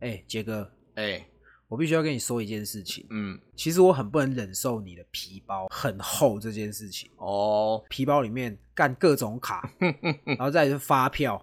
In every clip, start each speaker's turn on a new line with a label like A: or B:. A: 哎、杰哥，
B: 哎、
A: 我必须要跟你说一件事情。
B: 嗯，
A: 其实我很不能忍受你的皮包很厚这件事情，
B: 哦，
A: 皮包里面干各种卡，然后再来是发票，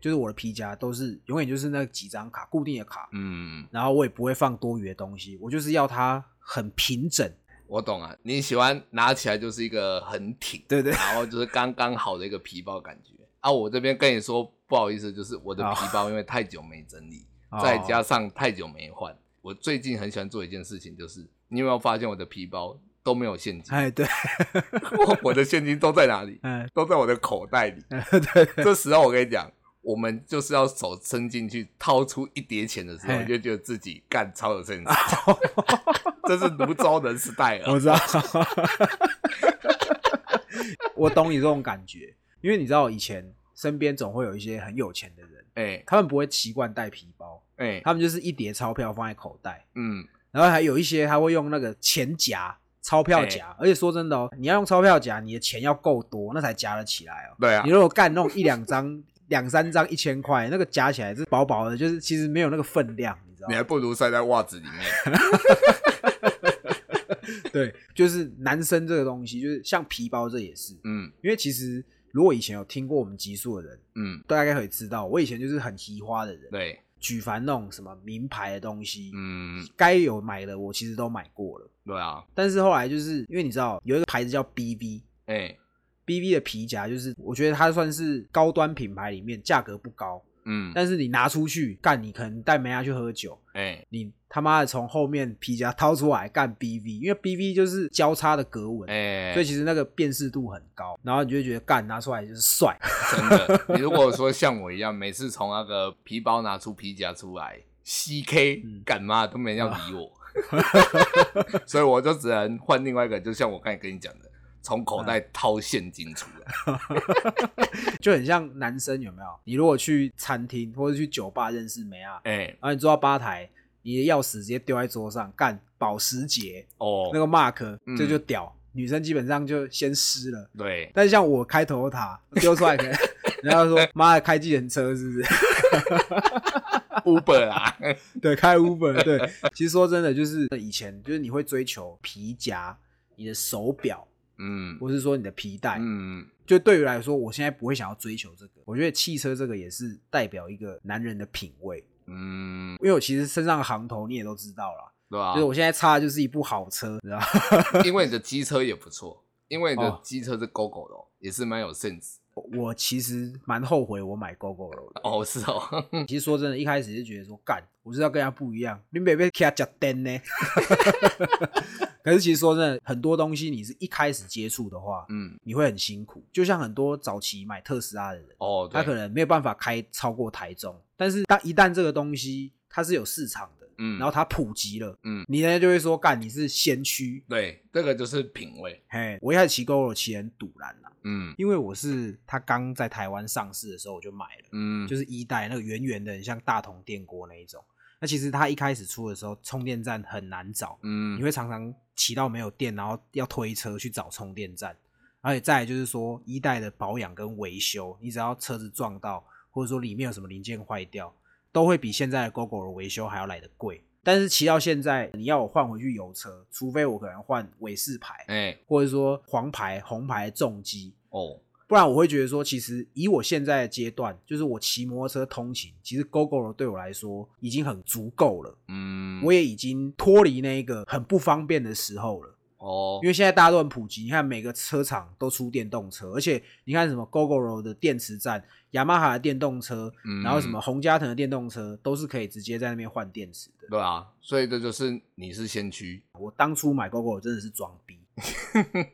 A: 就是我的皮夹都是永远就是那几张卡固定的卡，
B: 嗯，
A: 然后我也不会放多余的东西，我就是要它很平整。
B: 我懂啊，你喜欢拿起来就是一个很挺，
A: 对对
B: 然后就是刚刚好的一个皮包感觉啊。我这边跟你说不好意思，就是我的
A: 哦
B: 皮包因为太久没整 理，
A: 哦
B: 再加上太久没换，我最近很喜欢做一件事情，就是你有没有发现我的皮包都没有现 金？
A: 哎，对，
B: 我我的现金都在哪里？
A: 嗯，
B: 都在我的口袋里。
A: 哎对，
B: 这时候我跟你讲，我们就是要手伸进去掏出一叠钱的时候，
A: 嘿
B: 你就觉得自己干超 有 sense，这是泸州人时代啊
A: 我！知道， 我懂你这种感觉，因为你知道以前身边总会有一些很有钱的人，
B: 哎
A: 他们不会习惯带皮包，
B: 哎，
A: 他们就是一叠钞票放在口袋，
B: 嗯，
A: 然后还有一些他会用那个钱夹。钞票夹，而且说真的哦，你要用钞票夹，你的钱要够多，那才夹得起来哦。
B: 对啊
A: 你，如果干那种一两张、 两三张一千块，那个夹起来是薄薄的，就是其实没有那个分量，你知道
B: 你
A: 吗？
B: 还不如塞在袜子里面。
A: 对，就是男生这个东西，就是像皮包，这也是，
B: 嗯
A: 因为其实如果以前有听过我们集数的人，
B: 嗯，
A: 大概可以知道，我以前就是很奇花的人，
B: 对，
A: 举凡那种什么名牌的东西，
B: 嗯
A: 该有买的我其实都买过了。
B: 对啊，
A: 但是后来就是因为你知道有一个牌子叫 BV。
B: 哎
A: BV 的皮夹就是，我觉得它算是高端品牌里面价格不高，
B: 嗯
A: 但是你拿出去干，你可能带梅亚去喝酒，
B: 哎
A: 你他妈的从后面皮夹掏出来干 BV，因为 BV 就是交叉的格纹，
B: 哎，
A: 所以其实那个辨识度很高，然后你就会觉得干拿出来就是帅，
B: 真的，你如果说像我一样，每次从那个皮包拿出皮夹出来，CK
A: 嗯啊
B: 干嘛都没人要理我， 所以我就只能换另外一个，就像我刚才跟你讲的，从口袋
A: 啊
B: 掏现金出来。
A: 就很像男生有没有？你如果去餐厅或者去酒吧认识梅啊，
B: 哎、
A: 然后你坐到吧台，你的钥匙直接丢在桌上，干保时捷
B: 哦，
A: 那个 mark，
B: 嗯
A: 这就屌，女生基本上就先湿了。
B: 对，
A: 但是像我开头塔丢出来可能，人家说妈的开计程车是 不是？
B: Uber 啊，
A: 对，开 Uber 对。其实说真的，就是以前就是你会追求皮夹、你的手表，
B: 嗯
A: 或是说你的皮带，
B: 嗯，
A: 就对于来说，我现在不会想要追求这个。我觉得汽车这个也是代表一个男人的品味，
B: 嗯，
A: 因为我其实身上的行头你也都知道啦，
B: 对吧、
A: 就是我现在差的就是一部好车，你知道吗？
B: 因为你的机车也不错，因为你的
A: 哦
B: 机车是 GoGo 的、哦，也是蛮有 sense 的。
A: 我其实蛮后悔我买 GoGo 了。
B: 哦，是哦，
A: 其实说真的，一开始是觉得说干，我就是要跟人家不一样，你别被他夹灯呢。 可是其实说真的，很多东西你是一开始接触的话，
B: 嗯，
A: 你会很辛苦。就像很多早期买特斯拉的人，
B: 哦，
A: 他可
B: 对，
A: 能没有办法开超过台中，但是当一旦这个东西它是有市场的，
B: 嗯，
A: 然后它普及了，
B: 嗯
A: 你呢就会说干你是先驱。
B: 对，这个就是品味，
A: 嘿，我一开始骑 g o 骑很堵然啦，
B: 嗯
A: 因为我是它刚在台湾上市的时候我就买了，
B: 嗯，
A: 就是一代那个圆圆的，很像大同电锅那一种。那其实它一开始出的时候，充电站很难找，
B: 嗯，
A: 你会常常骑到没有电，然后要推车去找充电站。而且再来就是说，一代的保养跟维修，你只要车子撞到，或者说里面有什么零件坏掉，都会比现在的 GoGo 的维修还要来得贵。但是骑到现在，你要我换回去油车，除非我可能换尾四牌，
B: 哎、
A: 或者说黄牌、红牌重机，
B: 哦，
A: 不然我会觉得说，其实以我现在的阶段，就是我骑摩托车通勤，其实 GoGo 对我来说已经很足够了。
B: 嗯，
A: 我也已经脱离那个很不方便的时候了，
B: 哦，
A: 因为现在大家都很普及，你看每个车厂都出电动车，而且你看什么 GoGo 的电池站、雅马哈的电动车，
B: 嗯
A: 然后什么红加藤的电动车，都是可以直接在那边换电池的。
B: 对啊，所以这就是你是先驱，
A: 我当初买 GoGo 真的是装 逼，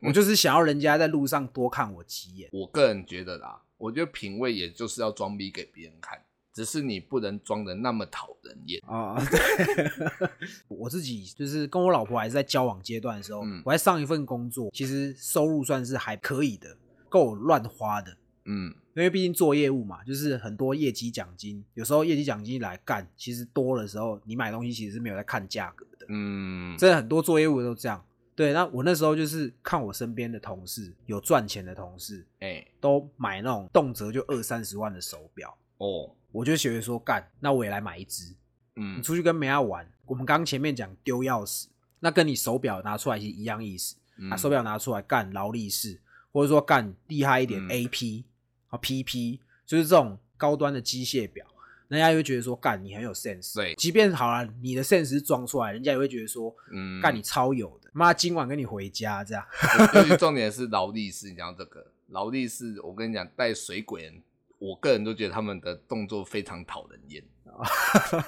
A: 我就是想要人家在路上多看我几眼。
B: 我个人觉得啦，我觉得品味也就是要装逼给别人看，只是你不能装的那么讨人厌。
A: 啊、对， 我自己就是跟我老婆还是在交往阶段的时候，
B: 嗯
A: 我在上一份工作，其实收入算是还可以的，够我乱花的。
B: 嗯，
A: 因为毕竟做业务嘛，就是很多业绩奖金，有时候业绩奖金来干，其实多的时候，你买东西其实是没有在看价格的。
B: 嗯，
A: 真的很多做业务的都这样。对，那我那时候就是看我身边的同事，有赚钱的同事，
B: 哎、
A: 都买那种动辄就二三十万的手表，
B: 哦，
A: 我就学会说干，那我也来买一只。
B: 嗯
A: 你出去跟人家玩，我们刚刚前面讲丢钥匙，那跟你手表拿出来是一样意思。把、
B: 嗯
A: 手表拿出来干劳力士，或者说干厉害一点
B: 嗯
A: AP 啊、PP，就是这种高端的机械表，人家也会觉得说干你很有 sense。
B: 对
A: 即便好了，你的 sense 是装出来，人家也会觉得说
B: 嗯，
A: 干你超有的，妈今晚跟你回家这样。
B: 尤其重点是劳力士，你讲到这个劳力士，我跟你讲，带水鬼人，我个人都觉得他们的动作非常讨人厌，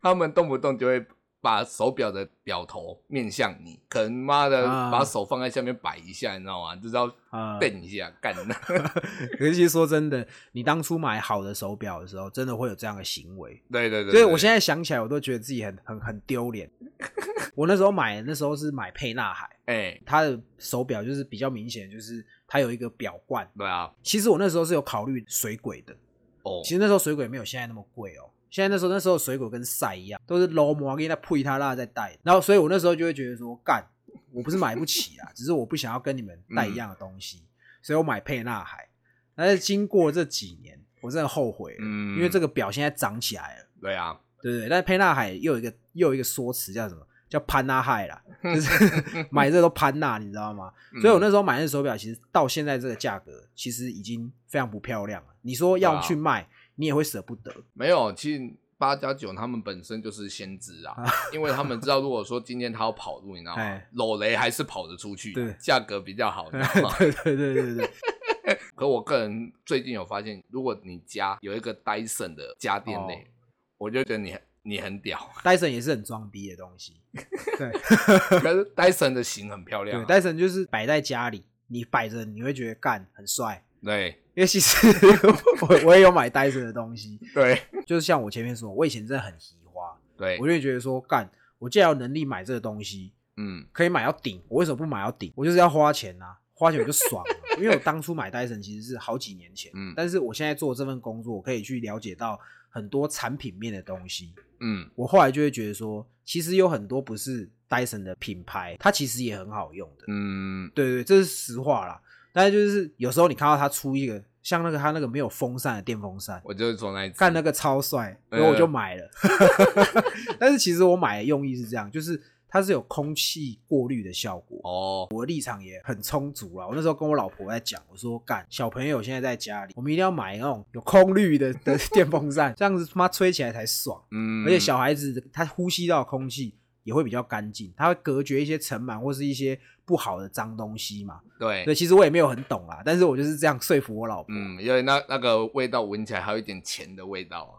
B: 他们动不动就会把手表的表头面向你，可能妈的
A: 啊
B: 把手放在下面摆一下，你知道吗？就是要
A: 啊
B: 瞪一下，干。
A: 可是其实说真的，你当初买好的手表的时候，真的会有这样的行为。
B: 对对对，
A: 所以
B: 对
A: 我现在想起来，我都觉得自己很很很丢脸。 我那时候买，那时候是买沛纳海，
B: 哎、
A: 它的手表就是比较明显，就是它有一个表冠。
B: 对啊，
A: 其实我那时候是有考虑水鬼的，
B: 哦
A: 其，实那时候水鬼没有现在那么贵哦。现在那时候那时候水鬼跟赛一样，都是 low 摩给那配他拉在戴，然后所以我那时候就会觉得说，干，我不是买不起啊，只是我不想要跟你们
B: 嗯
A: 戴一样的东西，所以我买沛纳海。但是经过这几年，我真的后悔了，
B: 嗯
A: 因为这个表现在涨起来了，
B: 对啊，
A: 对不对？但是沛纳海又有一个又有一个说辞叫什么？叫潘纳海啦，就是 买这都潘纳，你知道吗？
B: 嗯
A: 所以我那时候买那手表，其实到现在这个价格，其实已经非常不漂亮了。你说
B: 啊
A: 要去卖，你也会舍不得。
B: 没有，其实八加九他们本身就是先知啊，因为他们知道，如果说今天他要跑路，你知道吗
A: 哎？
B: 裸雷还是跑得出去
A: 对，
B: 价格比较好，你知道吗？
A: 对对对对对，
B: 可我个人最近有发现，如果你家有一个 Dyson 的家电
A: 哦
B: 类，我就觉得你你很屌。
A: 戴森也是很装逼的东 西。对
B: 可是 Dyson 的型很漂亮
A: 对，
B: 啊、
A: 戴森就是摆在家里，你摆着你会觉得干很帅。
B: 对
A: 因为其实 我我也有买戴森的东西，
B: 对
A: 就是像我前面说，我以前真的很奇花，
B: 对
A: 我，就会觉得说干，我既然有能力买这个东西，
B: 嗯，
A: 可以买到顶，我为什么不买到顶？我就是要花钱啊，花钱我就爽了、因为我当初买戴森其实是好几年前，
B: 嗯
A: 但是我现在做这份工作，我可以去了解到很多产品面的东西。
B: 嗯
A: 我后来就会觉得说，其实有很多不是戴森的品牌，它其实也很好用的。
B: 嗯，
A: 对对，这是实话啦。但是就是有时候你看到它出一个像那个它那个没有风扇的电风扇，
B: 我就是从那一次
A: 干那个超帅，然后我
B: 嗯
A: 就买了。 但是其实我买的用意是这样，就是它是有空气过滤的效果。
B: 哦，
A: 我的立场也很充足啊。我那时候跟我老婆在讲，我说干，小朋友现在在家里，我们一定要买那种有空滤的 的电风扇，这样子他妈吹起来才爽。
B: 嗯，
A: 而且小孩子他呼吸到的空气也会比较干净，他会隔绝一些尘螨或是一些不好的脏东西嘛。
B: 对
A: 对，其实我也没有很懂啦，但是我就是这样说服我老婆。
B: 嗯，因为那那个味道闻起来还有一点钱的 味道啊。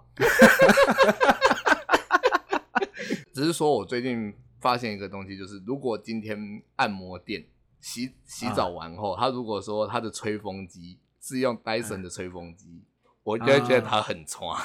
B: 只是说我最近发现一个东西，就是如果今天按摩店洗洗澡完后，
A: 啊
B: 他如果说他的吹风机是用 Dyson 的吹风机，
A: 啊
B: 我就会觉得他很冲。啊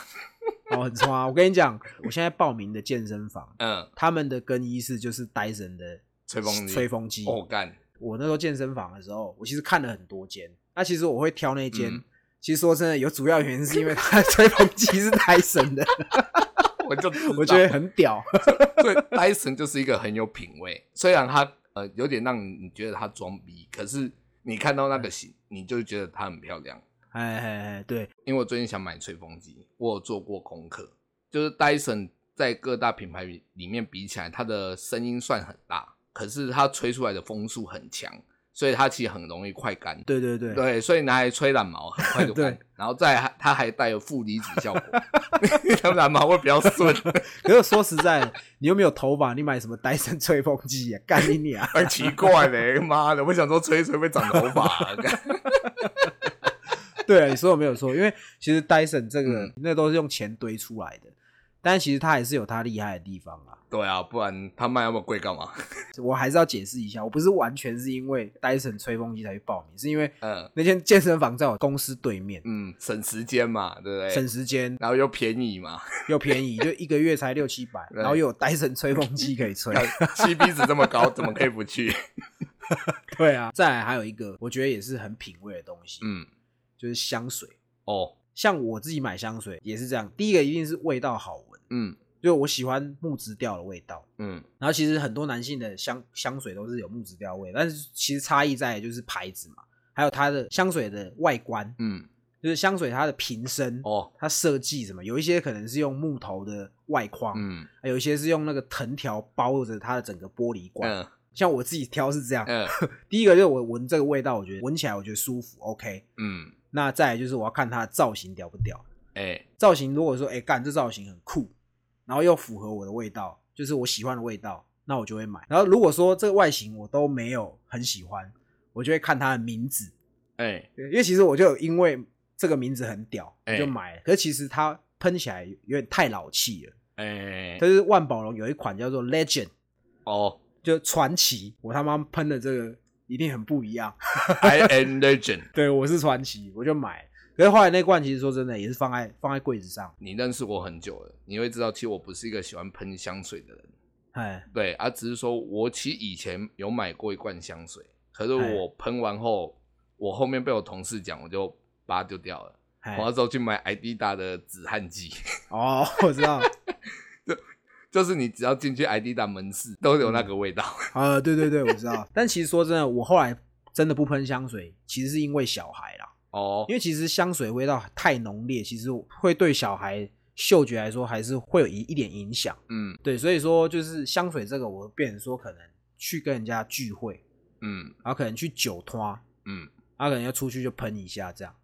A: 哦，很冲啊！我跟你讲，我现在报名的健身房，
B: 嗯，
A: 他们的更衣室就是戴森的
B: 吹风机，
A: 吹风机。
B: 哦干，
A: 我那时候健身房啊的时候，我其实看了很多间，那其实我会挑那间。
B: 嗯
A: 其实说真的，有主要原因是因为它的吹风机是戴森的，
B: 我就知道
A: 我觉得很屌。
B: 所以 Dyson 就是一个很有品味，虽然他呃有点让你觉得他装逼，可是你看到那个型，你就觉得它很漂亮。
A: 哎哎哎，对，
B: 因为我最近想买吹风机，我有做过功课，就是 Dyson 在各大品牌里面比起来，它的声音算很大，可是它吹出来的风速很强，所以它其实很容易快干。
A: 对对对，
B: 对，所以拿来吹染毛很 快就干
A: 对，
B: 然后再来它还带有负离子效果， 它染毛会比较顺。
A: 可是说实在的，你又没有头发，你买什么戴森吹风机呀、 干你娘！
B: 很奇怪嘞、妈的！我想说吹一吹会长头发、
A: 对，你说我没有错，因为其实戴森这个、
B: 嗯
A: 那都是用钱堆出来的，但其实它还是有它厉害的地方啊。
B: 对啊，不然他卖那么贵干嘛？
A: 我还是要解释一下，我不是完全是因为戴森吹风机才去报名，是因为
B: 嗯
A: 那间健身房在我公司对面，
B: 嗯，省时间嘛，对不对？
A: 省时间
B: 然后又便宜嘛，
A: 又便 宜，就一个月才六七百，
B: 对
A: 然后又有戴森吹风机可以吹。
B: 吸鼻子这么高，怎么可以不去？
A: 对啊，再来还有一个，我觉得也是很品味的东西，
B: 嗯，
A: 就是香水。
B: 哦，
A: 像我自己买香水也是这样，第一个一定是味道好闻，
B: 嗯
A: 就我喜欢木质调的味道。
B: 嗯，
A: 然后其实很多男性的香香水都是有木质调味，但是其实差异在就是牌子嘛，还有它的香水的外观
B: 嗯
A: 就是香水它的瓶身，
B: 哦，
A: 它设计什么，有一些可能是用木头的外框，啊
B: 嗯
A: 有一些是用那个藤条包着它的整个玻璃罐。
B: 嗯
A: 像我自己挑是这样，
B: 嗯
A: 第一个就是我闻这个味道，我觉得闻起来我觉得舒服，OK。
B: 嗯，
A: 那再来就是我要看它的造型屌不屌，
B: 哎
A: 造型如果说哎干这造型很酷，然后又符合我的味道，就是我喜欢的味道，那我就会买。然后如果说这个外形我都没有很喜欢，我就会看它的名字，
B: 哎
A: 对因为其实我就有因为这个名字很屌，
B: 哎
A: 我就买了。可是其实它喷起来有点太老气了。
B: 哎
A: 但，是万宝龙有一款叫做 Legend，
B: 哦
A: 就传奇，我他妈喷的这个一定很不一样。
B: ，I am Legend，
A: 对，我是传奇，我就买了。可是后来那罐其实说真的也是放在放在柜子上，
B: 你认识我很久了，你会知道，其实我不是一个喜欢喷香水的人。
A: 哎，
B: 对啊，只是说我其实以前有买过一罐香水，可是
A: 哎
B: 我喷完后，我后面被我同事讲，我就把它丢掉了。
A: 哎
B: 我那时候去买艾迪达的止汗剂，
A: 哦，我知道，
B: 就是你只要进去艾迪达门市，都有那个味道。
A: 呃，对对对，我知道。但其实说真的，我后来真的不喷香水，其实是因为小孩啦，
B: 哦
A: 因，为其实香水味道太浓烈，其实会对小孩嗅觉来说还是会有一一点影响。
B: 嗯
A: 对，所以说就是香水这个，我变成说可能去跟人家聚会，
B: 嗯
A: 然后可能去酒托，
B: 嗯。
A: 然后可能要出去就喷一下这样。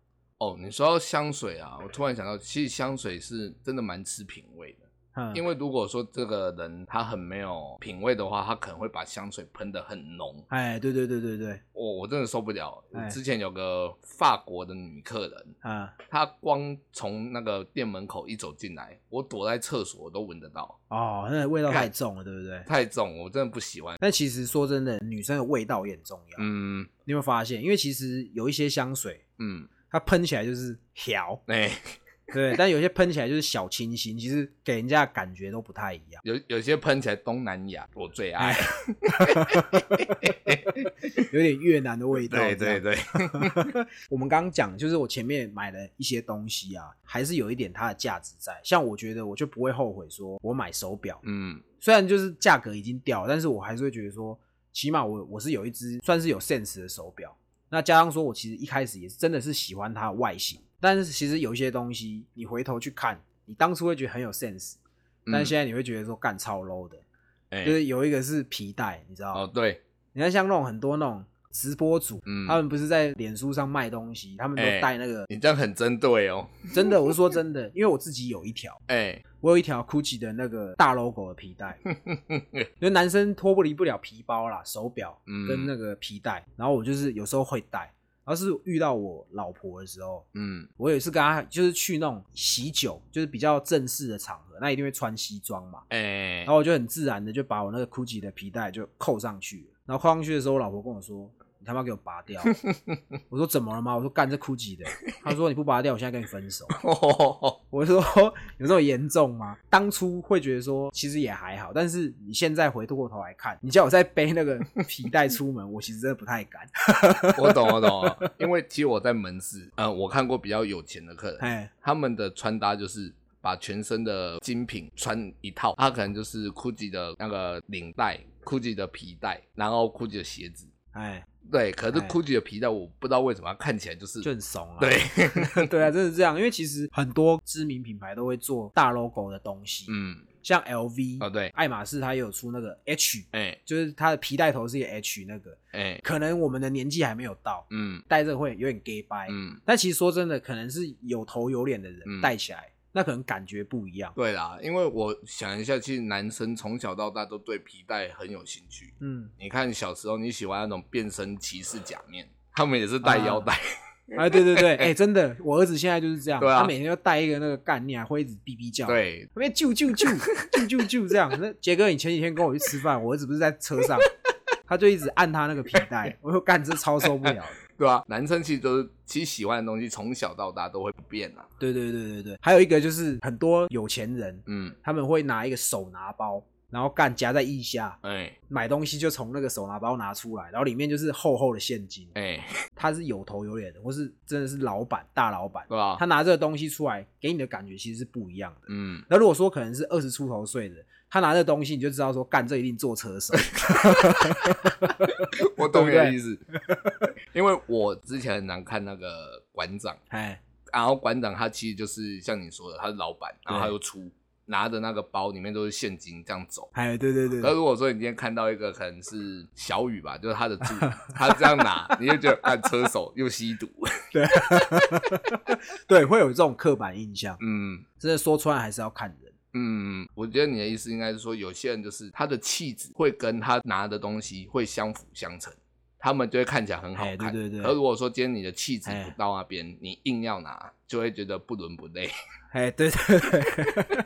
B: 哦，你说到香水啊，我突然想到，其实香水是真的蛮吃品味的。
A: 嗯，
B: 因为如果说这个人他很没有品味的话，他可能会把香水喷得很浓，
A: 哎，对对对对对，
B: 我我真的受不了
A: 哎。
B: 之前有个法国的女客人，
A: 啊、
B: 她光从那个店门口一走进来，我躲在厕所我都闻得到，
A: 哦，那味道
B: 干
A: 太重了，对不对？
B: 太重，我真的不喜欢。
A: 但其实说真的，女生的味道也很重要。
B: 嗯
A: 你有没有发现？因为其实有一些香水，
B: 嗯，
A: 它喷起来就是 调，
B: 哎、
A: 对，但有些喷起来就是小清新，其实给人家的感觉都不太一样。
B: 有有些喷起来东南亚我最爱。
A: 哎有点越南的味道。
B: 对对
A: 对，
B: 对，
A: 我们刚刚讲，就是我前面买了一些东西啊，还是有一点它的价值在。像我觉得我就不会后悔，说我买手表，
B: 嗯
A: 虽然就是价格已经掉了，但是我还是会觉得说，起码我我是有一只算是有 sense 的手表。那加上说我其实一开始也是真的是喜欢它的外形，但是其实有一些东西你回头去看，你当初会觉得很有 sense，但
B: 嗯
A: 现在你会觉得说干超 low 的。
B: 哎、
A: 就是有一个是皮带，你知道吗？
B: 哦对，
A: 你看像那种很多那种直播主，
B: 嗯
A: 他们不是在脸书上卖东西，他们都
B: 哎
A: 带那个、
B: 你这样很针对哦。
A: 真的，我是说真的， 因为我自己有一条，
B: 哎、
A: 我有一条 GUCCI 的那个大 logo 的皮 带，因为男生脱不离不了皮包啦、手表
B: 嗯
A: 跟那个皮带，然后我就是有时候会带，然后是遇到我老婆的时候。
B: 嗯
A: 我有一次跟她就是去那种喜酒，就是比较正式的场合，那一定会穿西装嘛。
B: 哎、
A: 然后我就很自然的就把我那个 GUCCI 的皮带就扣上去了，然后扣上去的时候，我老婆跟我说：“你他妈给我拔掉！”啊 我说：“怎么了吗？”我说：“干这 GUCCI 的。”她说：“你不拔掉，我现在跟你分手。啊
B: 哦”
A: 我说：“有这么严重吗？”当初会觉得说其实也还好，但是你现在回过头来看，你叫我再背那个皮带出门，我其实真的不太敢。
B: 我懂我懂了，因为其实我在门市，呃，我看过比较有钱的客人，
A: 哎，
B: 他们的穿搭就是把全身的精品穿一套，他可能就是 GUCCI 的那个领带、GUCCI 的皮带，然后 GUCCI 的鞋子。
A: 哎，
B: 对，可是
A: 哎
B: GUCCI 的皮带，我不知道为什么它看起来就是
A: 就很怂啊。
B: 对，
A: 对啊，真的是这样，因为其实很多知名品牌都会做大 logo 的东西，
B: 嗯，
A: 像 LV
B: 哦对，
A: 爱马仕它也有出那个 H
B: 哎
A: 就是它的皮带头是一个 H 那个，
B: 哎，
A: 可能我们的年纪还没有到，
B: 嗯
A: 戴这个会有点 gay 掰、
B: 嗯，
A: 但其实说真的，可能是有头有脸的人
B: 嗯
A: 戴起来，那可能感觉不一样。
B: 对啦，因为我想一下，其实男生从小到大都对皮带很有兴趣。
A: 嗯，
B: 你看小时候你喜欢那种变身骑士假面，他们也是带腰带。
A: 哎，啊对对对， 哎、真的，我儿子现在就是这样，
B: 对啊
A: 他每天都戴一个那个干念，会一直哔哔叫，，
B: 对，
A: 那边啾啾啾啾啾啾这样。那杰哥，你前几天跟我去吃饭，我儿子不是在车上，他就一直按他那个皮带，我说干，这超受不了的。
B: 对啊，男生其实都是其实喜欢的东西从小到大都会不变啊。
A: 对对对对对，还有一个就是很多有钱人，
B: 嗯，
A: 他们会拿一个手拿包，然后干夹在腋下，
B: 哎
A: 买东西就从那个手拿包拿出来，然后里面就是厚厚的现金。
B: 哎，
A: 他是有头有脸的，或是真的是老板大老板，
B: 对吧
A: 他？拿这个东西出来给你的感觉其实是不一样的。
B: 嗯，
A: 那如果说可能是二十出头岁的，他拿这个东西你就知道说干这一定坐车 手。
B: 我懂你的
A: 对不对
B: 意思，因为我之前很难看那个馆长，
A: 哎
B: 然后馆长他其实就是像你说的，他是老板，然后他又出拿着那个包，里面都是现金这样走。
A: 哎，对对
B: 可
A: 对，
B: 如果说你今天看到一个可能是小雨吧，就是他的助理，他这样拿，你就觉得按车手又吸毒，
A: 对，会有这种刻板印象。
B: 嗯。
A: 真的说出来还是要看人。
B: 嗯，我觉得你的意思应该是说，有些人就是他的气质会跟他拿的东西会相辅相成，他们就会看起来很好
A: 哎
B: 看。
A: 对对对
B: 可如果说今天你的气质
A: 哎
B: 不到那边，你硬要拿，就会觉得不伦不类。
A: 哎，对对对。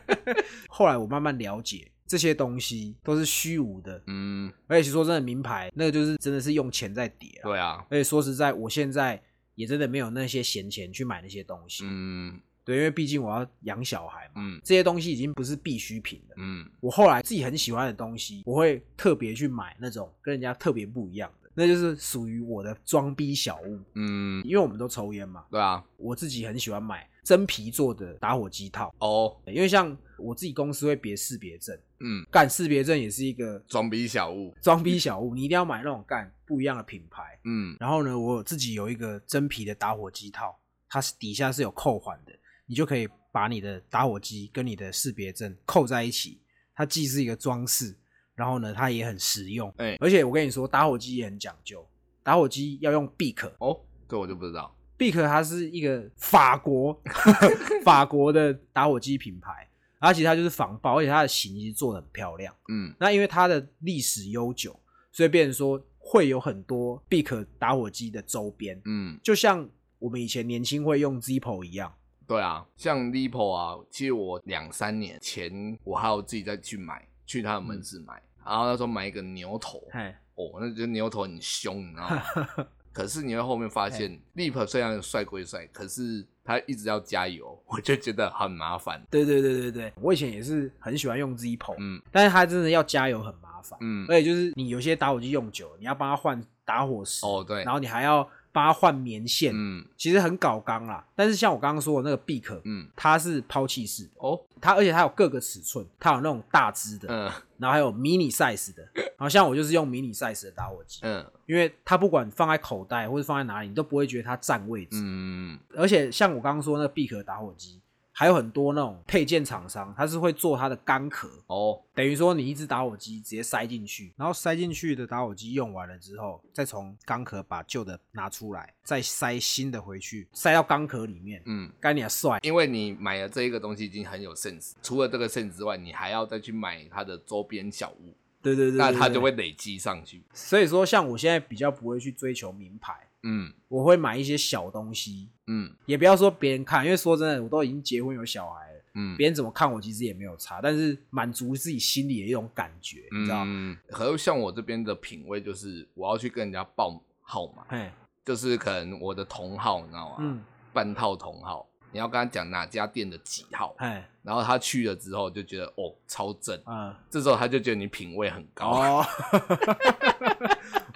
A: 后来我慢慢了解，这些东西都是虚无的，
B: 嗯，
A: 而且说真的，名牌那个就是真的是用钱在叠啊。
B: 对啊，
A: 而且说实在，我现在也真的没有那些闲钱去买那些东西，
B: 嗯
A: 对，因为毕竟我要养小孩嘛，
B: 嗯
A: 这些东西已经不是必需品了。
B: 嗯
A: 我后来自己很喜欢的东西，我会特别去买那种跟人家特别不一样的，那就是属于我的装逼小物。
B: 嗯，
A: 因为我们都抽烟嘛，
B: 对啊，
A: 我自己很喜欢买真皮做的打火机套，
B: 哦，
A: 因为像我自己公司会别识别证，
B: 嗯，
A: 干识别证也是一个
B: 装逼小物，
A: 装逼小物，你一定要买那种干不一样的品牌。
B: 嗯
A: 然后呢，我自己有一个真皮的打火机套，它是底下是有扣环的，你就可以把你的打火机跟你的识别证扣在一起，它既是一个装饰，然后呢，它也很实用。
B: 哎
A: 而且我跟你说，打火机也很讲究，打火机要用闭壳，
B: 哦，这我就不知道，
A: 毕克它是一个法国 法国的打火机品牌，而且它就是仿爆，而且它的型其实做的很漂亮。
B: 嗯
A: 那因为它的历史悠久，所以变成说会有很多毕克打火机的周边，
B: 嗯，
A: 就像我们以前年轻会用 Zippo 一样。
B: 对啊，像 Lipo 啊，其实我两三年前我还有自己再去买，去他的
A: 嗯
B: 门市买，然后那时候买一个牛头，
A: 嘿，
B: 哦，那觉得牛头很凶，你知道吗？ 可是你会后面发现，Leap 虽然帅归帅，可是他一直要加油， 我就觉得很麻烦。
A: 对对对对对，我以前也是很喜欢用 Zippo，、
B: 嗯
A: 但是它真的要加油很麻烦，
B: 嗯，
A: 而且就是你有些打火机用久了，你要帮它换打火石，
B: 哦对
A: 然，后你还要帮它换棉线，
B: 嗯
A: 其实很搞刚啦，但是像我刚刚说的那个必可，
B: 嗯，
A: 它是抛弃式的，
B: 哦，
A: 它而且它有各个尺寸，它有那种大只的，
B: 嗯
A: 然后还有 mini size 的，然后像我就是用 mini size 的打火机，
B: 嗯
A: 因为它不管放在口袋或者放在哪里，你都不会觉得它占位置，
B: 嗯
A: 而且像我刚刚说那个必可打火机，还有很多那种配件厂商，它是会做它的钢壳，
B: 哦，
A: 等于说你一只打火机直接塞进去，然后塞进去的打火机用完了之后，再从钢壳把旧的拿出来，再塞新的回去，塞到钢壳里面。
B: 嗯，
A: 干你啊帅！
B: 因为你买了这一个东西已经很有 sense，除了这个 sense 之外，你还要再去买它的周边小物，
A: 对对对
B: 那它
A: 对
B: 就。
A: 对
B: 会累积上去。
A: 所以说，像我现在比较不会去追求名牌，
B: 嗯
A: 我会买一些小东西，
B: 嗯
A: 也不要说别人看，因为说真的，我都已经结婚有小孩了，
B: 嗯，
A: 别人怎么看我其实也没有差，但是满足自己心里的一种感觉，你知道？
B: 嗯，可是像我这边的品味就是，我要去跟人家报号码，
A: 嘿，
B: 就是可能我的同号，你知道吗？
A: 嗯，
B: 半套同号，你要跟他讲哪家店的几号，
A: 嘿，
B: 然后他去了之后就觉得哦超正，
A: 嗯，
B: 这时候他就觉得你品味很高。
A: 哦，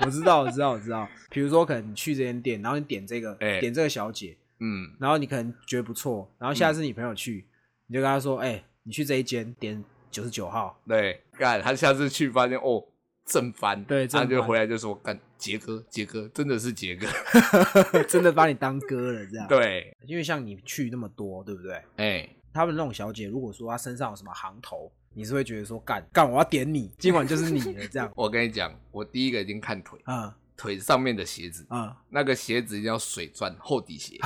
A: 我知道，我知道，我知道。比如说，可能你去这间店，然后你点这个，
B: 哎
A: 点这个小姐，
B: 嗯，
A: 然后你可能觉得不错，然后下次你朋友去，你就跟他说，哎、你去这一间点九十九号，
B: 对，干他下次去发现哦正翻，
A: 对正
B: 他
A: 翻
B: 就回来就说干杰哥杰哥真的是杰哥，
A: 真的把你当哥了这样。，
B: 对，
A: 因为像你去那么多，对不对？
B: 哎、。
A: 他们那种小姐，如果说她身上有什么行头，你是会觉得说干干，我要点你，今晚就是你了这样
B: 我跟你讲，我第一个已经看腿，
A: 嗯
B: 腿上面的鞋子，
A: 嗯，
B: 那个鞋子一定要水钻厚底鞋。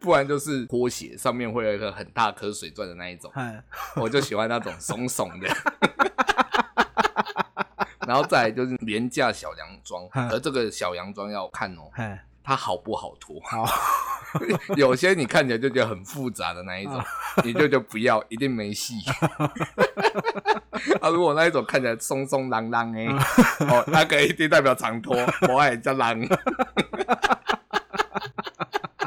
B: 不然就是拖鞋，上面会有一个很大颗水钻的那一 种。
A: 嗨，
B: 我就喜欢那种怂怂的。 然后再来就是廉价小洋装，
A: 嗯
B: 而这个小洋装要看哦，
A: 嗨，
B: 它好不好脱。
A: 好，
B: 有些你看起来就觉得很复杂的那一种， 你就就不要，一定没戏。 啊，如果那一种看起来松松朗朗哎，哦，那个一定代表长脱，我爱叫朗。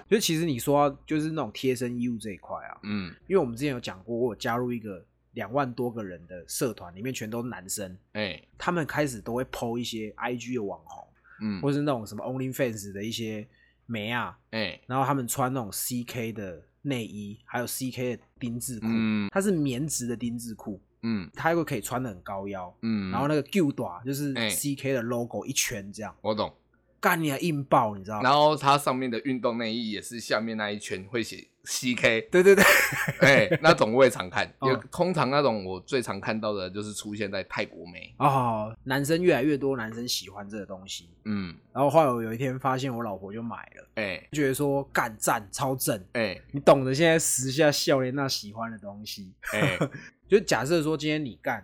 A: 就其实你说到就是那种贴身衣物这一块啊，
B: 嗯
A: 因为我们之前有讲过，我有加入一个两万多个人的社团，里面全都是男生，
B: 哎、
A: 他们开始都会 PO 一些 IG 的网红，
B: 嗯
A: 或是那种什么 OnlyFans 的一些美啊，
B: 哎、
A: 然后他们穿那种 CK 的内衣，还有 CK 的丁字裤，
B: 嗯
A: 它是棉质的丁字裤，
B: 嗯
A: 它又可以穿的很高腰，
B: 嗯，
A: 然后那个 Gilda 就是
B: 哎
A: CK 的 logo 一圈这样，
B: 我懂，
A: 干你啊硬爆，你知道吗？
B: 然后它上面的运动内衣也是下面那一圈会写 CK，
A: 对对对，
B: 哎、那种我也常看。
A: 哦
B: 有通常那种我最常看到的就是出现在泰国妹，
A: 哦，男生越来越多，男生喜欢这个东西。
B: 嗯，
A: 然后后来我有一天发现，我老婆就买了，
B: 哎、
A: 觉得说干赞超正，
B: 哎、
A: 你懂得现在时下笑脸那喜欢的东西。
B: 哎、
A: 就假设说今天你干，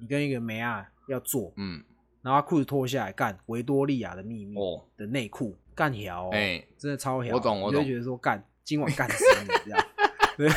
A: 你跟一个梅啊要做，
B: 嗯，
A: 然后她裤子脱下来干维多利亚的秘密
B: 哦，
A: 的内裤干条、哦，
B: 哎、
A: 真的超屌，
B: 我懂我
A: 你就
B: 懂
A: 会觉得说干今晚干死你这样， 对，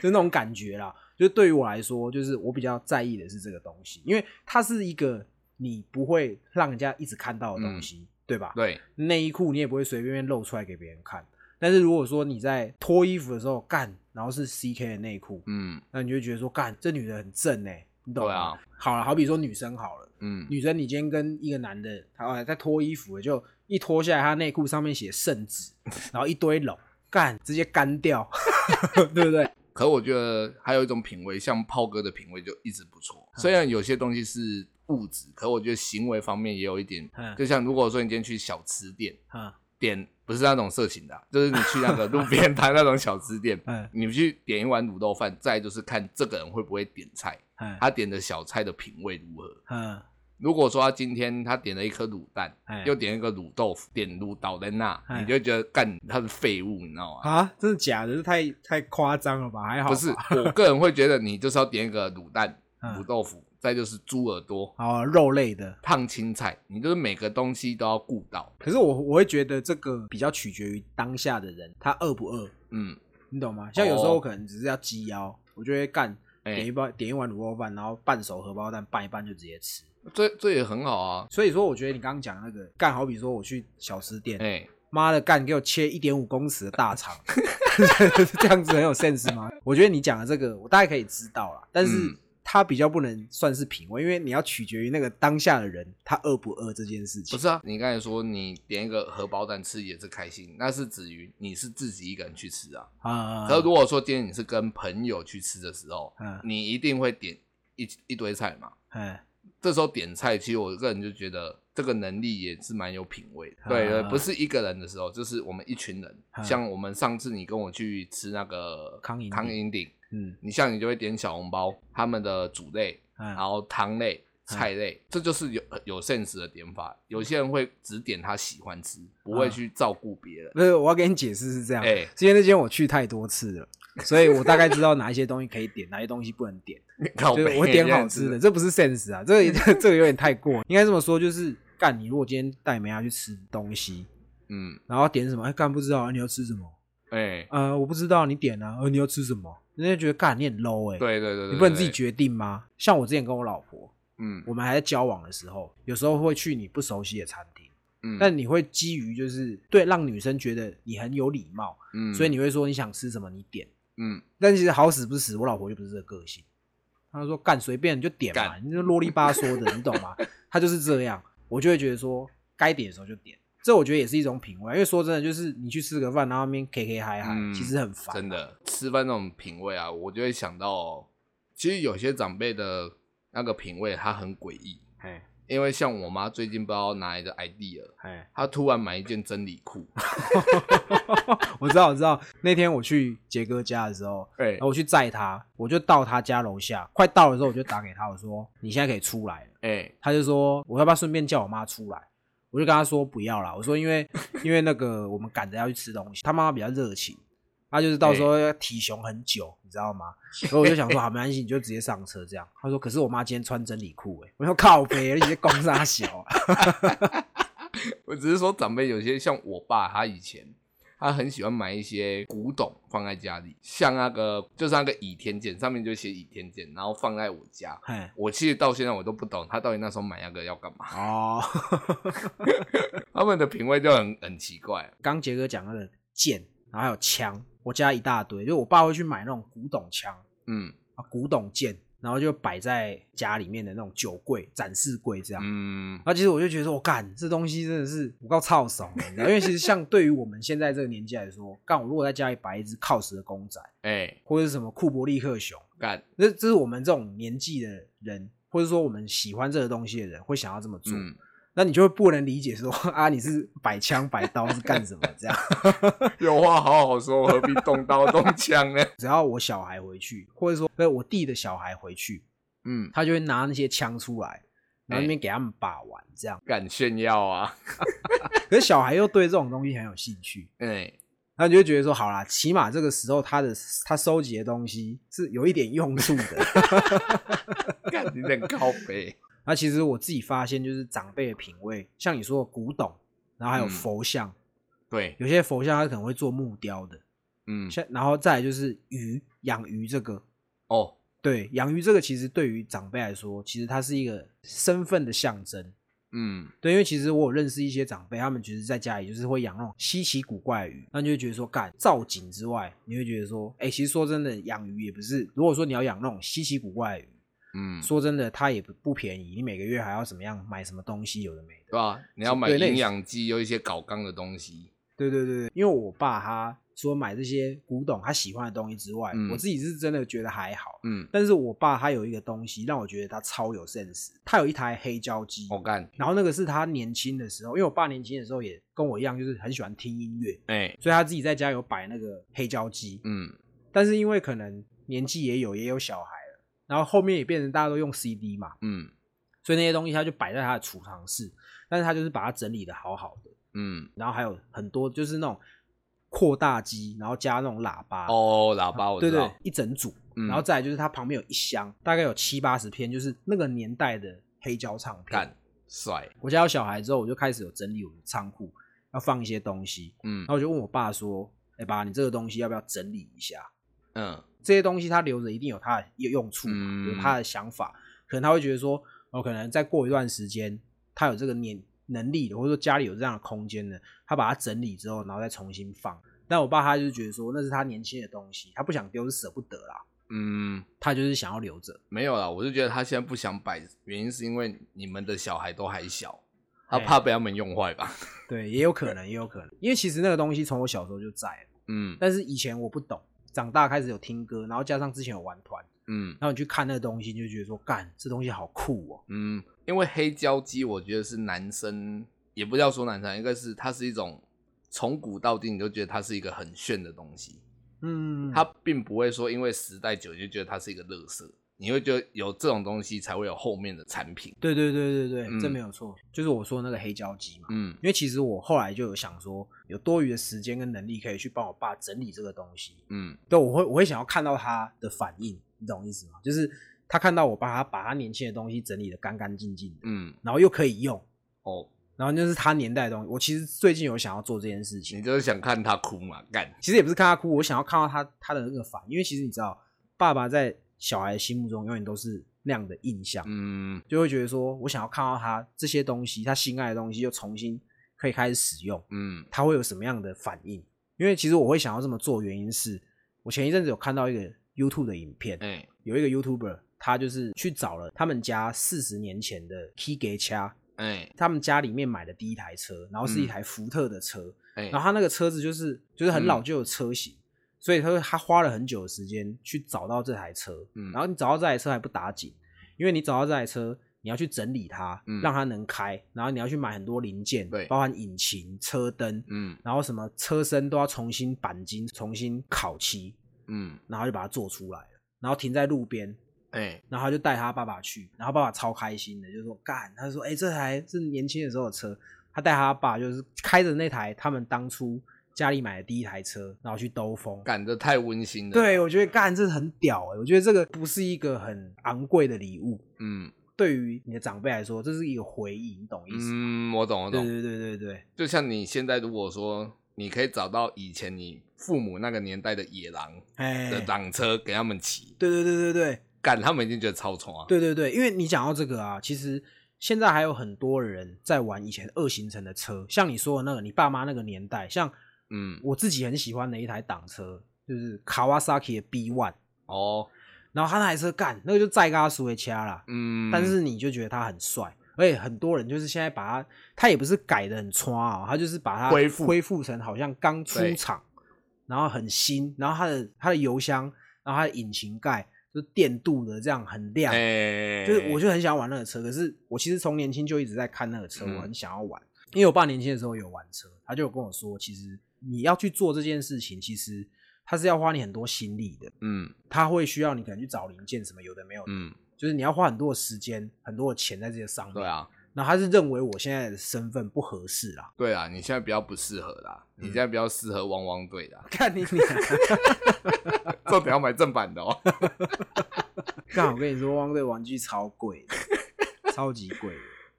A: 就那种感觉啦。就对于我来说，就是我比较在意的是这个东西，因为它是一个你不会让人家一直看到的
B: 嗯
A: 东西，对吧？
B: 对，
A: 内衣裤你也不会随便便露出来给别人看。但是如果说你在脱衣服的时候干，然后是 CK 的内裤，
B: 嗯
A: 那你就会觉得说干这女的很正哎、你懂吗？
B: 对啊
A: 好了，好比说女生好了，
B: 嗯，
A: 女生你今天跟一个男的，他呃在脱衣服，就一脱下来，他内裤上面写圣旨，然后一堆龙， 干直接干掉， 对不对？
B: 可我觉得还有一种品味，像炮哥的品味就一直不错。
A: 嗯
B: 虽然有些东西是物质，可我觉得行为方面也有一点。
A: 嗯
B: 就像如果说你今天去小吃店
A: 嗯
B: 点，不是那种色情的啊、就是你去那个 路边摊那种小吃店，
A: 嗯
B: 你去点一碗卤豆饭，再就是看这个人会不会点菜，
A: 嗯
B: 他点的小菜的品味如何。
A: 嗯，
B: 如果说他今天他点了一颗卤蛋，
A: 哎
B: 又点一个卤豆腐，点卤导人那，
A: 哎
B: 你就觉得干他是废物，你知道吗？
A: 啊，真的假的？这太太夸张了吧？还好吧
B: 不是，我个人会觉得你就是要点一个卤蛋、
A: 嗯
B: 卤豆腐，再就是猪耳朵、
A: 好啊肉类的，
B: 烫青菜，你就是每个东西都要顾到。
A: 可是我我会觉得这个比较取决于当下的人，他饿不饿，
B: 嗯，
A: 你懂吗？像有时候
B: 哦
A: 我可能只是要鸡腰，我就会干
B: 哎、
A: 点一包点一碗卤肉饭，然后半熟荷包蛋拌一拌就直接吃。
B: 这这也很好啊。
A: 所以说，我觉得你刚刚讲那个干，好比说我去小吃店，
B: 哎、
A: 妈的干，给我切一点五公尺的大肠， 这样子很有 sense 吗？我觉得你讲的这个，我大概可以知道啦，但是
B: 嗯
A: 它比较不能算是品味，因为你要取决于那个当下的人他饿不饿这件事
B: 不
A: 情。
B: 是啊，你刚才说你点一个荷包蛋吃也是开心，那是止于你是自己一个人去吃啊。
A: 啊，
B: 可如果说今天你是跟朋友去吃的时候，
A: 嗯
B: 你一定会点一一堆菜嘛。
A: 哎，
B: 这时候点菜，其实我个人就觉得这个能力也是蛮有品味的。
A: 啊
B: 对对，不是一个人的时候，就是我们一群人。
A: 啊
B: 像我们上次你跟我去吃那个
A: 康饮鼎
B: 康饮鼎，
A: 嗯
B: 你像你就会点小笼包，他们的主类，然
A: 嗯，
B: 后汤类、
A: 啊
B: 菜类，这就是有有 sense 的点法。有些人会只点他喜欢吃，不
A: 啊
B: 会去照顾别人。
A: 不是，我要给你解释是这样，
B: 哎，
A: 是因为那间我去太多次了，所以我大概知道哪一些东西可以点，哪些东西不能点。
B: 靠
A: 就
B: 北
A: 是我点好吃的，，这不是 sense 啊，这 个这个有点太过。应该这么说，就是干你如果今天带梅亚去吃东西，
B: 嗯，
A: 然后点什么，哎干不知道、啊你要吃什么？
B: 哎，
A: 呃，我不知道，你点啊，呃你要吃什么？人家觉得干你很 low 哎、
B: 对对对对，
A: 你不能自己
B: 对，
A: 决定吗？像我之前跟我老婆，
B: 嗯
A: 我们还在交往的时候，有时候会去你不熟悉的餐厅，
B: 嗯，
A: 但你会基于就是对让女生觉得你很有礼貌，
B: 嗯
A: 所以你会说你想吃什么你点。
B: 嗯
A: 但其实好死不死，我老婆就不是这个个性。她说干随便你就点嘛，
B: 干
A: 你就啰里吧嗦的，你懂吗？ 她就是这样，我就会觉得说该点的时候就点。这我觉得也是一种品味，啊因为说真的，就是你去吃个饭，然后那边 K K 嗨嗨，
B: 嗯
A: 其实很烦。啊
B: 真，的吃饭那种品味啊，我就会想到，其实有些长辈的那个品味，他很诡异。
A: 哎
B: 因为像我妈最近不知道哪来的 idea，
A: 哎，
B: 她突然买一件真理 裤，
A: 我知道我知道。那天我去杰哥家的时候，
B: 哎
A: 然后我去载他，我就到他家楼下，快到的时候我就打给他，我说你现在可以出来了。
B: 哎
A: 他就说我要不要顺便叫我妈出来？我就跟他说不要啦，我说因为因为那个我们赶着要去吃东西，他妈妈比较热情，他就是到时候要体雄很久，你知道吗？所以我就想说好没关系，你就直接上车这样。他说可是我妈今天穿真理裤哎、欸，我说靠北，你直接攻杀小啊，
B: 我只是说长辈有些像我爸，他以前他很喜欢买一些古董放在家里，像那个就是那个倚天剑，上面就写倚天剑，然后放在我家。
A: 嘿
B: 我其实到现在我都不懂他到底那时候买那个要干嘛，
A: 哦，
B: 他们的品味就很很奇怪。啊
A: 刚杰哥讲那个剑，然后还有枪，我家一大堆，就我爸会去买那种古董枪
B: 嗯
A: 啊、古董剑，然后就摆在家里面的那种酒柜、展示柜这样。
B: 嗯
A: 然，后其实我就觉得说，我哦干这东西真的是我够操手的，你知道？因为其实像对于我们现在这个年纪来说，干我如果在家里摆一只 cos 的公仔，
B: 哎、
A: 或者是什么库伯利克熊，
B: 干，
A: 这这是我们这种年纪的人，或者说我们喜欢这个东西的人会想要这么做。
B: 嗯
A: 那你就会不能理解说 啊，你是摆枪摆刀是干什么这样？
B: 有话好好说，何必动刀动枪呢？
A: 只要我小孩回去，或者说对我弟的小孩回去，
B: 嗯，
A: 他就会拿那些枪出来，然后那边给他们把玩这样。
B: 敢炫耀啊！
A: 可是小孩又对这种东西很有兴趣，
B: 哎，
A: 那你就会觉得说，好啦，起码这个时候他的他收集的东西是有一点用处的。
B: 干你很靠背。
A: 那其实我自己发现，就是长辈的品味，像你说的古董，然后还有
B: 嗯
A: 佛像，
B: 对，
A: 有些佛像他可能会做木雕的，
B: 嗯，
A: 像然后再来就是鱼，养鱼这个，
B: 哦，
A: 对，养鱼这个其实对于长辈来说，其实它是一个身份的象征。
B: 嗯，
A: 对，因为其实我有认识一些长辈，他们其实在家里就是会养那种稀奇古怪的鱼，那你就会觉得说，干造景之外，你会觉得说，哎、其实说真的，养鱼也不是，如果说你要养那种稀奇古怪的鱼，
B: 嗯，
A: 说真的，它也不不便宜，你每个月还要怎么样买什么东西，有的没的。
B: 对吧？你要买
A: 对类似
B: 营养剂，有一些搞纲的东西。
A: 对对对对，因为我爸他除了买这些古董他喜欢的东西之外，
B: 嗯
A: 我自己是真的觉得还好。
B: 嗯，
A: 但是我爸他有一个东西让我觉得他超有 sense，他有一台黑胶机，
B: 我干，
A: 然后那个是他年轻的时候，因为我爸年轻的时候也跟我一样，就是很喜欢听音乐，
B: 哎，
A: 所以他自己在家有摆那个黑胶机，
B: 嗯，
A: 但是因为可能年纪也有，也有小孩了，然后后面也变成大家都用 CD 嘛，
B: 嗯，
A: 所以那些东西他就摆在他的储藏室，但是他就是把它整理的好好的，
B: 嗯，
A: 然后还有很多就是那种扩大机，然后加那种喇叭，
B: 哦，喇叭我
A: 对
B: 知
A: 对
B: 道，，
A: 一整组，
B: 嗯
A: 然后再来就是它旁边有一箱，大概有七八十片，就是那个年代的黑胶唱片
B: 干。帅，
A: 我家有小孩之后，我就开始有整理我的仓库，要放一些东西。
B: 嗯
A: 然后我就问我爸说：“哎、爸，你这个东西要不要整理一下？
B: 嗯，
A: 这些东西他留着一定有他的用处嘛，有
B: 嗯
A: 他的想法，可能他会觉得说，哦，可能再过一段时间，他有这个年能力的，或者说家里有这样的空间的，他把它整理之后，然后再重新放。但我爸他就觉得说，那是他年轻的东西，他不想丢，是舍不得啦。”
B: 嗯。
A: 他就是想要留着。
B: 没有啦，我就觉得他现在不想摆，原因是因为你们的小孩都还小，他
A: 哎
B: 怕被他们用坏吧？
A: 对，也有可能，也有可能，因为其实那个东西从我小时候就在了，
B: 嗯
A: 但是以前我不懂，长大开始有听歌，然后加上之前有玩团，
B: 嗯
A: 然后你去看那个东西，你就觉得说，干，这东西好酷哦。
B: 嗯，因为黑胶机，我觉得是男生，也不要说男生，应该是它是一种从古到今，你就觉得它是一个很炫的东西，
A: 嗯，
B: 它并不会说因为时代久，你就觉得它是一个垃圾，你会觉得有这种东西才会有后面的产品。
A: 对对对对对，
B: 嗯
A: 这没有错，就是我说的那个黑胶机嘛。
B: 嗯
A: 因为其实我后来就有想说，有多余的时间跟能力可以去帮我爸整理这个东西。
B: 嗯
A: 对，我会我会想要看到他的反应，你懂意思吗？就是他看到我爸他把他年轻的东西整理的干干净净的，
B: 嗯，
A: 然后又可以用，
B: 哦，
A: 然后就是他年代的东西。我其实最近有想要做这件事
B: 你
A: 情，
B: 就是想看他哭嘛？干，
A: 其实也不是看他哭，我想要看到他他的那个反应，因为其实你知道，爸爸在小孩心目中永远都是那样的印象，
B: 嗯
A: 就会觉得说，我想要看到他这些东西，他心爱的东西又重新可以开始使用，
B: 嗯
A: 他会有什么样的反应？因为其实我会想要这么做，原因是我前一阵子有看到一个 YouTube 的影片，
B: 哎、
A: 有一个 YouTuber，他就是去找了他们家四十年前的 Key g a 掐，
B: 哎、
A: 他们家里面买的第一台车，然后是一
B: 嗯
A: 台福特的车，
B: 哎、
A: 然后他那个车子就是就是很
B: 嗯
A: 老旧的车型，所以他说他花了很久的时间去找到这台车，
B: 嗯
A: 然后你找到这台车还不打紧，因为你找到这台车，你要去整理它，
B: 嗯
A: 让它能开，然后你要去买很多零件，
B: 对
A: 包含引擎、车灯，
B: 嗯
A: 然后什么车身都要重新钣金、重新烤漆，
B: 嗯
A: 然后就把它做出来了，然后停在路边。
B: 哎、
A: 然后他就带他爸爸去，然后爸爸超开心的，就说干，他说哎、这台是年轻的时候的车，他带他爸就是开着那台他们当初家里买的第一台车，然后去兜风。
B: 感觉太温馨了。
A: 对，，我觉得干这很屌哎、我觉得这个不是一个很昂贵的礼物，
B: 嗯
A: 对于你的长辈来说，这是一个回忆，你懂意思？
B: 嗯，我懂我
A: 对
B: 懂。
A: 对对对对，
B: 就像你现在如果说你可以找到以前你父母那个年代的野狼
A: 哎，
B: 的挡车给他们骑，
A: 对对对对对
B: 干他们一定觉得超冲啊。，
A: 对对对，因为你讲到这个啊，其实现在还有很多人在玩以前二行程的车，像你说的那个你爸妈那个年代，像
B: 嗯，
A: 我自己很喜欢的一台挡车，就是 Kawasaki 的 B One，
B: 哦，
A: 然后他那台车干那个就再嘎苏维掐啦，
B: 嗯，
A: 但是你就觉得它很帅，而且很多人就是现在把它，它也不是改的很穿啊、它就是把它
B: 恢复
A: 恢复成好像刚出厂，然后很新，然后它的它的油箱，然后它的引擎盖就是电镀的这样很亮，
B: 哎，
A: 就是我就很想玩那个车。可是我其实从年轻就一直在看那个车，
B: 嗯
A: 我很想要玩，因为我爸年轻的时候有玩车，他就有跟我说，其实你要去做这件事情，其实它是要花你很多心力的，
B: 嗯
A: 他会需要你可能去找零件什么有的没有的，
B: 嗯，
A: 就是你要花很多的时间、很多的钱在这些上面。
B: 对啊
A: 那他是认为我现在的身份不合适啦，
B: 对啊，你现在比较不适合啦，
A: 嗯
B: 你现在比较适合汪汪队啦，
A: 看你你，
B: 这得要买正版的哦。
A: 干我跟你说，汪队玩具超贵的，超级贵的。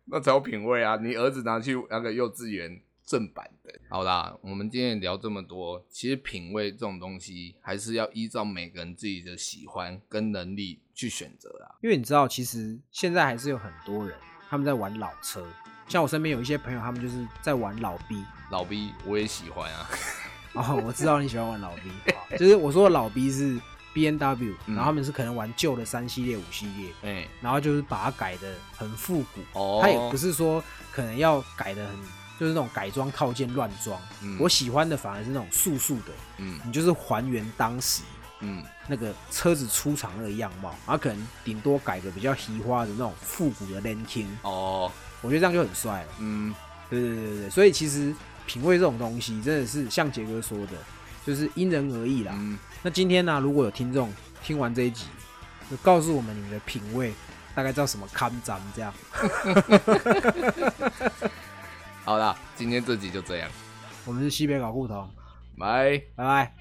B: 那才有品味啊！你儿子拿去那个幼稚园正版的。好啦，我们今天聊这么多，其实品味这种东西还是要依照每个人自己的喜欢跟能力去选择啊啦。
A: 因为你知道，其实现在还是有很多人他们在玩老车，像我身边有一些朋友，他们就是在玩老 B。
B: 老 B 我也喜欢啊，
A: 哦，我知道你喜欢玩老 B，好就是我说的老 B 是 B N W，
B: 嗯
A: 然后他们是可能玩旧的三系列、五系列，
B: 哎、
A: 然后就是把它改的很复古。
B: 哦，
A: 它也不是说可能要改的很，就是那种改装套件乱装。
B: 嗯
A: 我喜欢的反而是那种素素的，
B: 嗯
A: 你就是还原当时
B: 嗯
A: 那个车子出厂那个样貌，然后可能顶多改个比较稀花的那种复古的 linking，
B: 哦
A: 我觉得这样就很帅了。
B: 嗯
A: 对对对对对，所以其实品味这种东西真的是像杰哥说的，就是因人而异啦。
B: 嗯，
A: 那今天呢、如果有听众听完这一集，就告诉我们你们的品味大概叫什么看咱这样。
B: 好啦，今天这集就这样，
A: 我们是西北搞胡同，
B: 拜。
A: 拜拜。